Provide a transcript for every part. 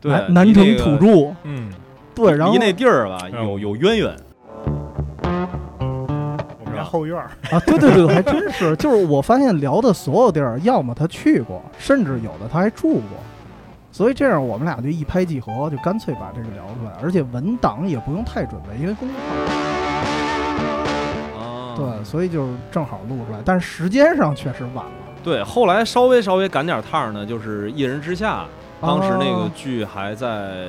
对南南城土，离著，嗯，那对，个然后离那地儿吧嗯有有渊源，我们家后院儿，啊，对对对，还真是，就是我发现聊的所有地儿，要么他去过，甚至有的他还住过，所以这样我们俩就一拍即合，就干脆把这个聊出来，而且文档也不用太准备，因为公众号啊，对，所以就是正好录出来，但是时间上确实晚了。对，后来稍微稍微赶点趟儿呢，就是《一人之下》，当时那个哦剧还在，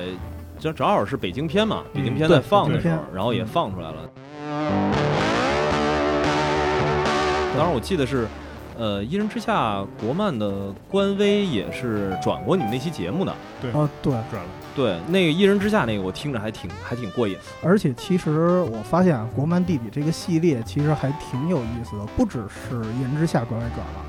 这正好是北京篇嘛，北京篇对在放北的京嗯时候篇，然后也放出来了。当时我记得是，呃，《一人之下》国漫的官微也是转过你们那期节目的。啊，对，转了，对，那个《一人之下》那个我听着还挺还挺过瘾。而且其实我发现啊，《国漫地理》这个系列其实还挺有意思的，不只是《一人之下》关外转了。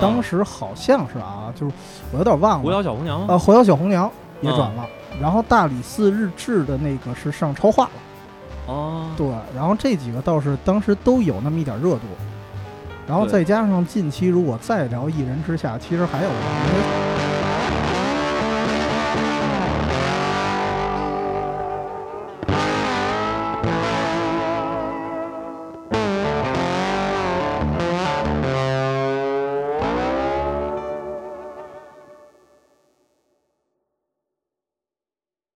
当时时好像是啊，就是我有点忘《狐了妖小红娘》啊，《吗？火妖小红娘》也转了，然后《大理寺日志》的那个是上超话了，哦，对，然后这几个倒是当时都有那么一点热度，然后再加上近期如果再聊《一人之下》，其实还有王菲